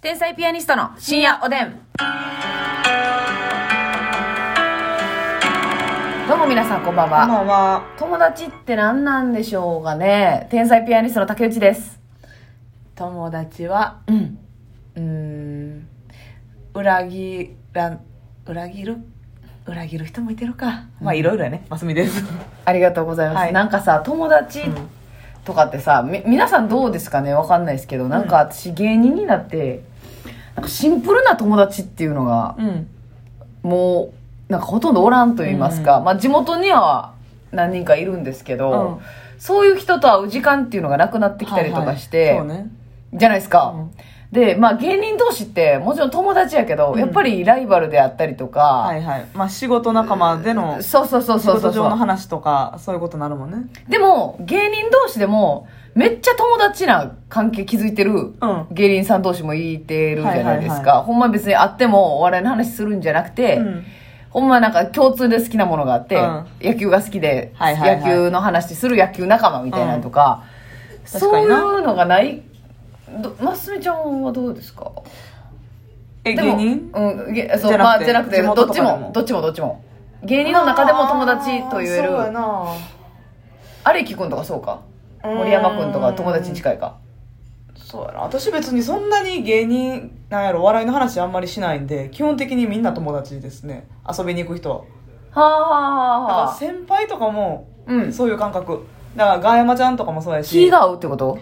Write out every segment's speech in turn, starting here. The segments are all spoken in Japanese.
天才ピアニストの深夜おでん。どうも皆さんこんばんこんは。ばんは。友達って何なんでしょうかね。天才ピアニストの竹内です。友達は、うん。うーん、裏切ら、裏切る裏切る人もいてるか。まあ、いろいろやね。ますみです。ありがとうございます。はいなんかさ、友達とかってさ、み皆さんどうですかねわかんないですけど、なんか私芸人になって、なんかシンプルな友達っていうのが、うん。もう、なんかほとんどおらんと言いますか、まあ地元には何人かいるんですけど、うんそういう人と会う時間っていうのがなくなってきたりとかして、はいはいそうね。じゃないですか。うんで、まあ芸人同士ってもちろん友達やけど、うんやっぱりライバルであったりとか、はいはい。まあ、仕事仲間での、仕そうそうそうそうそ事う上の話とか、そういうことになるもんね。でも、芸人同士でも、めっちゃ友達な関係築いてるうん芸人さん同士もいてるじゃないですか。はいはいほんま別に会ってもお笑いの話するんじゃなくて、うんほんまなんか共通で好きなものがあって、うん野球が好きで、はいはいはい野球の話する野球仲間みたいなのとか、うんそうい確かうのがない、どますみちゃんはどうですかえ、で芸も人うん、げそう、じゃなくまてあじゃなくて、地ど元っとちかでもも、どっちもどっちも。芸人の中でも友達と言えあーそうやる、な有木くんとかそうか。森山くんとか友達に近いか。そうやな私別にそんなに芸人なんやろ笑いの話あんまりしないんで基本的にみんな友達ですね遊びに行く人ははあだかはらあはあ。先輩とかもうん。そういう感覚だからガヤマちゃんとかもそうや気しが合うってこと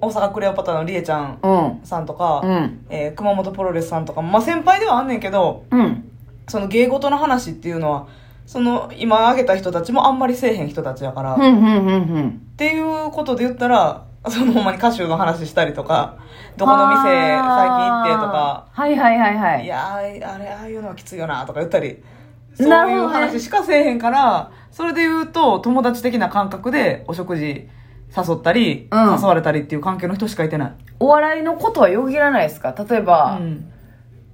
大阪クレオパトラのりえちゃんうん。さんとか、うん。えー熊本プロレスさんとかも、まあ、先輩ではあんねんけどうん。その芸事の話っていうのはその今挙げた人たちもあんまりせえへん人たちやから、ふっんふんふんふん。ていうことで言ったらそのほんまに歌手の話したりとかどこの店最近行ってとかあー。はいはいはいはいい。やーあれああいうのはきついよなとか言ったりそういなるほどねう話しかせえへんから、それで言うと友達的な感覚でお食事誘ったり、うん誘われたりっていう関係の人しかいてない、お笑いのことはよぎらないですか例えば、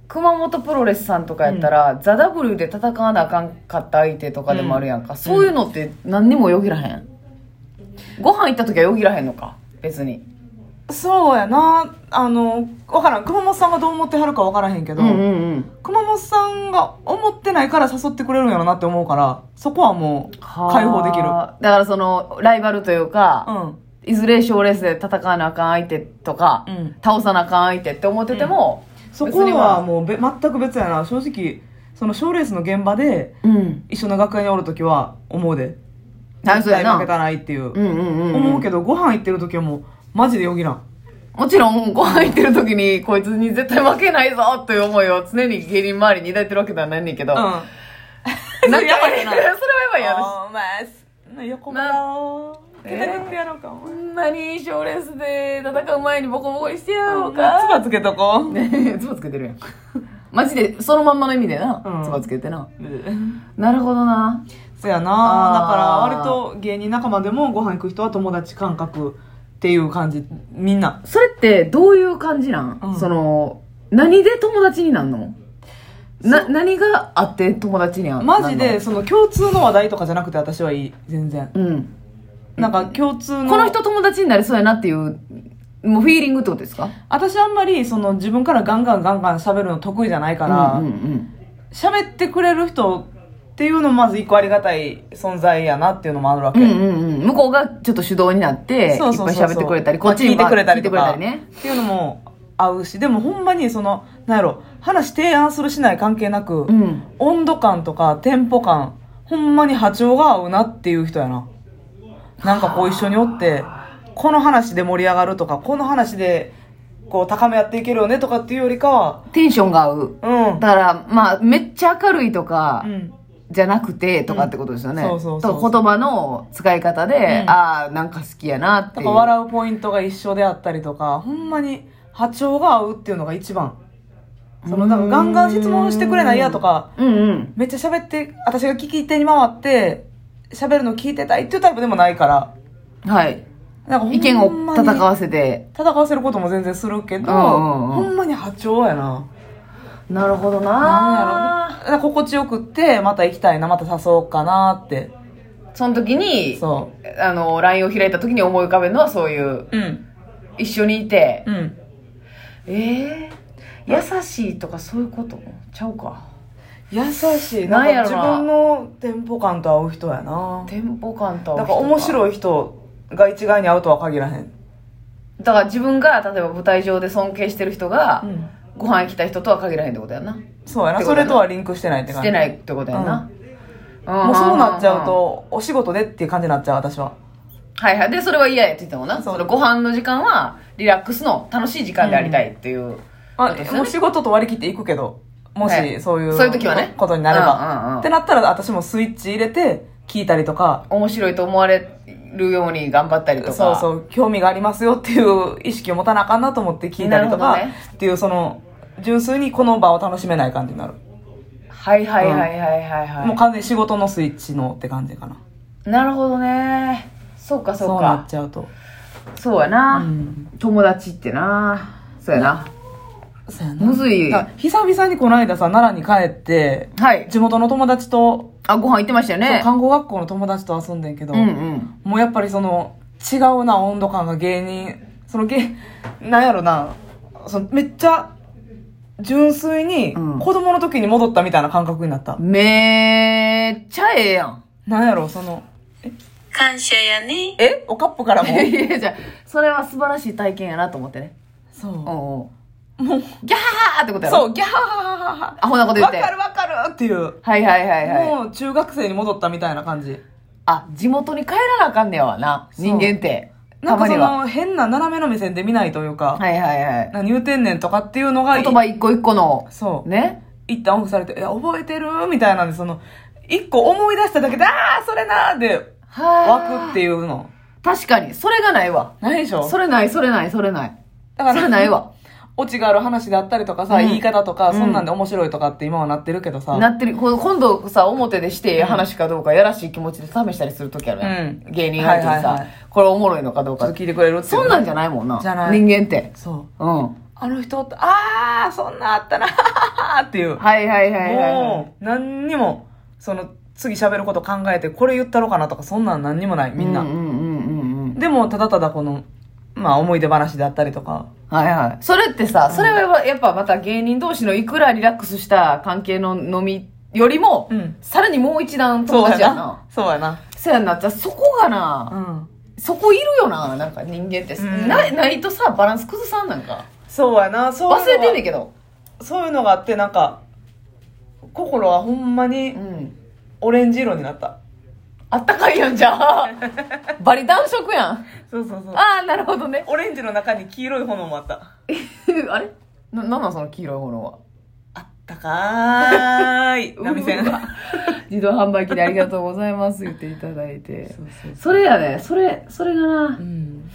熊本プロレスさんとかやったら、ザ・ W で戦わなあかんかった相手とかでもあるやんか。そういうのって何にもよぎらへん。ご飯行った時はよぎらへんのか別に。そうやなあのわからん熊本さんがどう思ってはるかわからへんけど、うん。熊本さんが思ってないから誘ってくれるんやろなって思うからそこはもう解放できるはあだからその、ライバルというか、ういずれ賞レースで戦わなあかん相手とか、んうん倒さなあかん相手って思ってても、そこは別もうべ全く別やな正直その賞レースの現場でにはうん一緒の学園におるときは思うであそうやな絶対負けたないっていう、うんうんうん、思うけどご飯行ってる時はもうマジでよぎらんもちろんご飯行ってる時にこいつに絶対負けないぞっていう思いを常に芸人周りに抱いてるわけではないねんけど、なんかそれやばいよ なそれはやばいやろお前な横村を蹴たくってやろうかおこ前んなに賞レースで戦う前にボコボコにしてやろうつか、ばつけとこうねえ つばつけてるやんマジでそのまんまの意味でな、うんつばつけてななるほどなそやなだあーから割と芸人仲間でもご飯行く人は友達感覚っていう感じみんなそれってどういう感じなん、うんその何で友達になんのな何があって友達にはマジでその共通の話題とかじゃなくて私はいい全然なんのうんなんか共通のこの人友達になりそうやなっていうもうフィーリングってことですか私あんまりその自分からガンガンガンガン喋るの得意じゃないから、うんうん喋ってくれる人っていうのもまず一個ありがたい存在やなっていうのもあるわうけ、んうんうんうん向こうがちょっと主導になっていっぱそいうそうそうそう喋ってくれたりこっちに聞いてくれた聞りいてくとれかたりねっていうのも合うしでもほんまにそのなんやろ話提案するしない関係なうく、ん温度感とかテンポ感ほんまに波長が合うなっていう人やななんかこう一緒におってこの話で盛り上がるとかこの話でこう高め合っていけるよねとかっていうよりかはテンションが合ううんだからまあめっちゃ明るいとか、うんじゃなくてとかってことですよね、うんそうそうそうそとう言葉の使い方で、うんああなんか好きやなってというか笑うポイントが一緒であったりとか、ほんまに波長が合うっていうのが一番。その、なんかガンガン質問してくれないやとか、うんうんめっちゃ喋って、私が聞き手に回って、喋るの聞いてたいっていうタイプでもないから、はいなんかほんまに意見を戦わせて戦わせることも全然するけど、うんうんうんほんまに波長やな。なるほどなんやろ。だから心地よくって、また行きたいな、また誘おうかなって。その時にそあの LINE を開いた時に思い浮かべるのはそういうう。うん。一緒にいて、うん。ええ優しいとかそういうことちゃうか優しいなんなんやかろ自な分のテンポ感と合う人やなテンポ感とだから面い白い人が一概に合うとは限らへん、だから自分が例えば舞台上で尊敬してる人が、ん、ご飯行きたい人とは限らへんってことやなそうやっなてこそとやなれとはリンクしてないってし感じてないってことやな、んもうそうなっちゃうとお仕事でっていう感じになっちゃう私ははいはい。で、それは嫌やって言ってたもんな。そうそのご飯の時間は、リラックスの楽しい時間でありたいっていう。あそうですねもう仕事と割り切っていくけどもはいしそういう,、そういう時はねことになれば、うんうんうんってなったら私もスイッチ入れて聞いたりとか面白いと思われるように頑張ったりとか。そうそう興味がありますよっていう意識を持たなあかんなと思って聞いたりとか、なるほどねっていうその純粋にこの場を楽しめない感じになる、はいはいはいはいはいはい。もう完全に仕事のスイッチのって感じかななるほどね。そうかそうなっか。ちゃうとそうやな、うん友達ってな。そうやな。そうやなむずいだから久々にこの間さ奈良に帰ってはい。地元の友達と、あ、ご飯行ってましたよそうね。看護学校の友達と遊んでんけど、うんうん。もうやっぱりその違うな温度感が芸人その芸なんやろなそのめっちゃ純粋にうん子供の時に戻ったみたいな感覚になった、めっちゃええやん。なんやろその感謝やね。えおかっぽ からもいやいやじゃあそれは素晴らしい体験やなと思ってね。うんそももう、ギャーってことうやろ。そうギャーわアホなこと言っかて。るわかるっていう、はいはいはいはい。もう中学生に戻ったみたいな感じあ、地元に帰らなあかんねやわな。そう人間って。たなんまかにそは。の変な斜めの目線で見ないというか、はいはいはい。何言うてんねんとかっていうのが言葉一個一個の、そうね。一旦オフされて、いや、覚えてるみたいなんで、その、一個思い出しただけで、ああ、それなーで、湧くっていう。いうの。確かに。それがないわ。ないでしょそれない、それない、それない。だそれないわ。オチがある話であったりとかさ、うん言い方とか、うんそんなんで面白いとかって今はなってるけどさ。なってる。こ今度さ、表でしてええ話かどうか、やらしい気持ちで試したりするときあるやん。うん芸人相手にはいはいはさい、これおもろいのかどうちょっかと。聞いてくれるっていう。そんなんじゃないもんな。じゃない人間って。そう。うん。あの人って、ああ、そんなんあったな、はははっていう。はいはいはいはいはい。もう、何にも、その、次喋ること考えて、これ言ったろかなとか、そんなん何にもない、みんな。うんうんうんうんうん。でも、ただただこの、まあ、思い出話であったりとか。はいはい。それってさ、それはやっぱまた芸人同士のいくらリラックスした関係の飲みよりも、うんさらにもう一段友達やな。。そうやな。そうやんな。じゃあそこがな、ん。そこいるよな、なんか人間って。うんなないとさ、バランス崩さんなんか。そうやな、そういう忘のがれてんねんけど。そういうのがあって、なんか、心はほんまうにん。オレンジ色になった。あったかいやん、じゃあ。バリ暖色やん。そうそうそう。ああ、なるほどね。 オレンジの中に黄色い炎もあった。あれな、なんなんその黄色いものは。あったかーい。波 線。うわ自動販売機でありがとうございます言っていただいて。それやね、それ、それがなう。ん。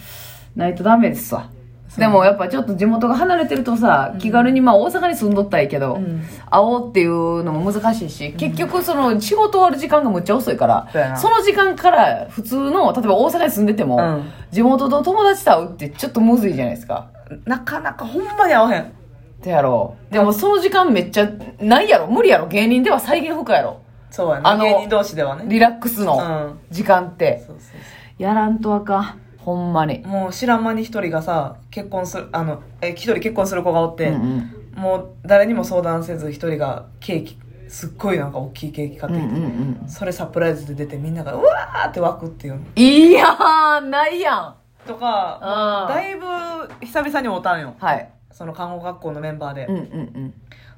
ないとダメですわそうでもやっぱちょっと地元が離れてるとさ、気軽にまあ大阪に住んどったらいいけど、うん会おうっていうのも難しいし、結局その仕事終わる時間がむっちゃ遅いからそうやなその時間から普通の例えば大阪に住んでても、うん地元の友達と会うってちょっとむずいじゃないですかなかなかほんまに合わへん。てやろうでもその時間めっちゃないやろ無理やろ芸人では再現不可やろそうやな。あの芸人同士ではね。リラックスうん。のそう時間って、そうそう。やらんとあかんほんまに、もう知らん間に一人がさ、結婚する、あの、え、一人結婚する子がおって、うんうんもう誰にも相談せず一人がケーキ、すっごいなんか大きいケーキ買うっんてうきんて、うんそれサプライズで出てみんながうわーって湧くっていうのいやーないやんとかあーだいぶ久々に会うたんよはい。その看護学校のメンバーで、うんうん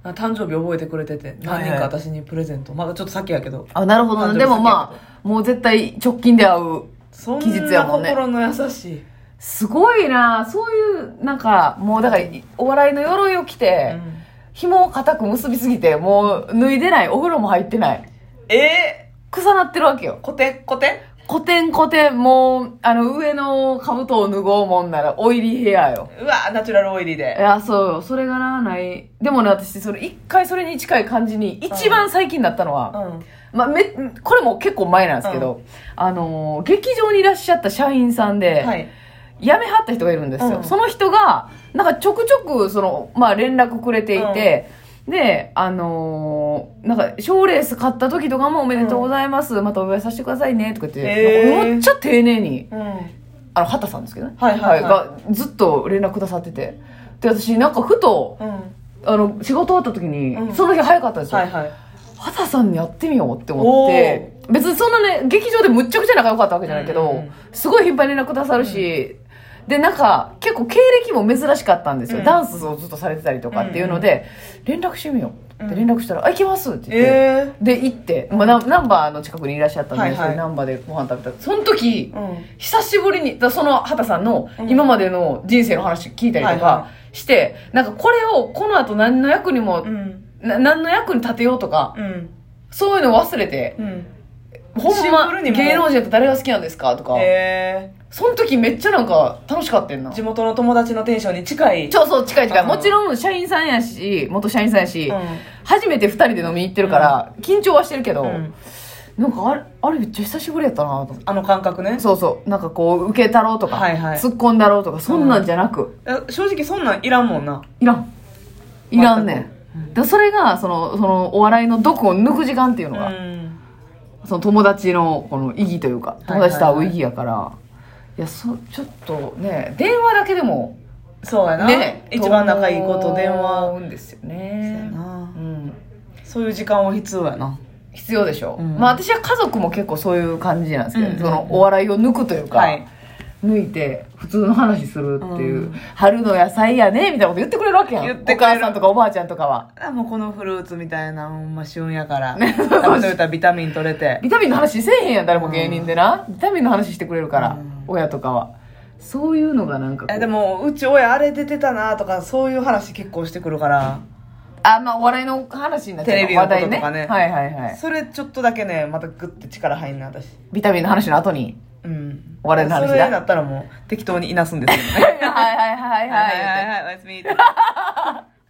うん。誕生日覚えてくれててはい何人か私にプレゼント、まだちょっと先やけどあ、なるほど、誕生ね。日でもまあ、もう絶対直近で会う。そ期日んやなもんね心の優しい、すごいなそういう、なんか、もうだから、お笑いの鎧を着て、うん紐を固く結びすぎて、もう脱いでない、お風呂も入ってない。え重なってるわけよー、。コテコテコテンコテン、もう、あの、上の兜を脱ごうもんなら、オイリーヘアよ。うわーナチュラルオイリーいでや、そうよ。それがな、ない。でもね、私、それ、一回それに近い感じに、一番最近だったのは、うんまあ、めこれも結構前なんですけど、あのー劇場にいらっしゃった社員さんで、はい辞めはった人がいるんですよ、うんその人がなんかちょくちょくその、まあ、連絡くれていて、であのーなんか賞レース買った時とかも「おめでとうございます、またお祝いさせてくださいね」とか言って、へーなんかめっちゃ丁寧にうんあの畑さんですけどね、はいはいはいがずっと連絡くださっててで私なんかふとうんあの仕事終わった時に、うんその日早かったんですよ、はいはい。畑さんにやってみようって思って別にそんなね劇場でむっちゃくちゃ仲良かったわけじゃないけど、うんうんすごい頻繁に連絡くださるし、でなんか結構経歴も珍しかったんですよ、うんダンスをずっとされてたりとかっていうので、連絡してみようって連絡したら「あ行きます」って言って。えで行って、まあ、ナンナンバーの近くにいらっしゃったんで、はいはいそれナンバーでご飯食べたその時、えうん。久しぶりにだからその畑さんのうん今までの人生の話聞いたりとはいはかして、なんかこれをこの後何の役にも、うん。な何の役に立てようとか、うん。そういうの忘れて、うん。ほんシンプまルにもう芸能人だと誰が好きなんですかとか、えその時めっちゃなんか楽しかったんなー、地元の友達のテンションに近い。そうそう近い近いうんもちろん社員さんやし元社員さんやし、うん初めて2人で飲みに行ってるから、緊張はしてるけど、うんなんかあれあれめっちゃ久しぶりやったなと思って。あの感覚ね。そうそう。なんかこう、受けたろうとか、はいはい突っ込んだろうとか、そんなんじゃなく、え正直そんなんいらんもんな。いらん。いらんねん。全だからそれが、その、その、お笑いの毒を抜く時間っていううのが、ん。その友達の、この意義というか、はい友はいはい達と会う意義やから、いや、そ、ちょっとね、電話だけでも、そうやな。ね、一番仲いい子と電と思話。うんですよね。うん。そういう時間は必要やな。必要でしょう。うんまあ私は家族も結構そういう感じなんですけど、うんうんうんその、お笑いを抜くというか、はい。抜いて普通の話するっていう、うん春の野菜やねみたいなこと言ってくれるわけやん言っておくれる母さんとかおばあちゃんとかはあもうこのフルーツみたいなほんま旬やから、ね食べといたらビタミン取れてビタミンの話せえへんやん誰も芸人でな、ビタミンの話してくれるから、うん親とかはそういうのがなんかこうえでもうち親あれ出てたなとかそういう話結構してくるから、あまあお笑いの話になっちゃうテレビのこととかねはいはいはいそれちょっとだけねまたグッて力入んな私ビタミンの話の後にうんお笑いの話だそれになったらもう適当にいなすんですよねはいはいはいはいははいいはいはいおやすみ